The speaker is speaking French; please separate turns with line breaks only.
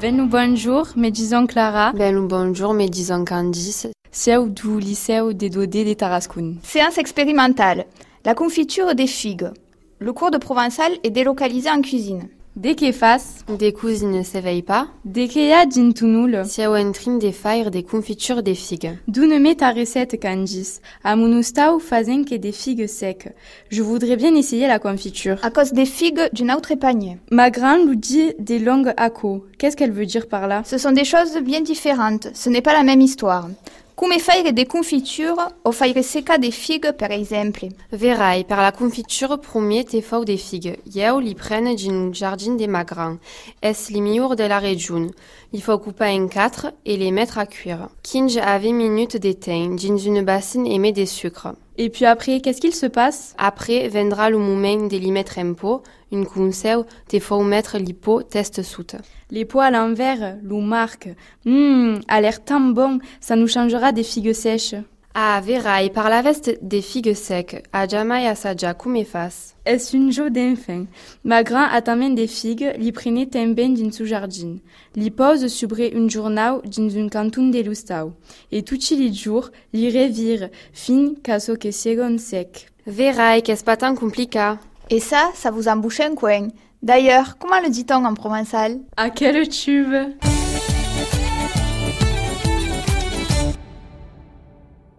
Benu bonjour, me disons Clara.
Benu Ben bonjour, me disons Candice.
Seu du Liceu des Dodé de Tarascon.
Séance expérimentale. La confiture des figues. Le cours de provençal est délocalisé en cuisine.
De que fas
Des cousines ne s'éveillent pas.
De que a din tunul.
Seu entrin des failles des confitures des figues.
Donne-moi ta recette, Candice. À Monustau, fazen que des figues secs. Je voudrais bien essayer la confiture.
À cause des figues d'une autre panier.
Ma grand nous dit des langues aco. Qu'est-ce qu'elle veut dire par là
Ce sont des choses bien différentes. Ce n'est pas la même histoire. Come faire des confitures ou faire secca des figues, par exemple.
Verai, par la confiture premier te fau des figues. Ieu li prennent d'un jardin des magrins. Es les miur de la région. Il faut couper en quatre et les mettre à cuire. 15 à 20 minutes d'étain, dans une bassine et met des sucres.
Et puis après, qu'est-ce qu'il se passe
Après, vendra le moment de li mettre en pot, une conseil, te faut mettre les pots test soute.
Les pots à l'envers, l'ou marque. Hum, a l'air tant bon, ça nous changera des figues sèches.
Ah, Vera, et par la veste des figues secs, à jamais à Saja, comme face.
Est-ce une jo d'enfin Ma grand a también des figues, li prenait también d'une sous-jardin. Li pose subré une journau d'une une canton de lustau. Et tout les jours, li revire, fin caso que siegon sec.
Vera, qu'est-ce pas tant compliqué
Et ça, ça vous embouche un coin. D'ailleurs, comment le dit-on en provençal
À quel tube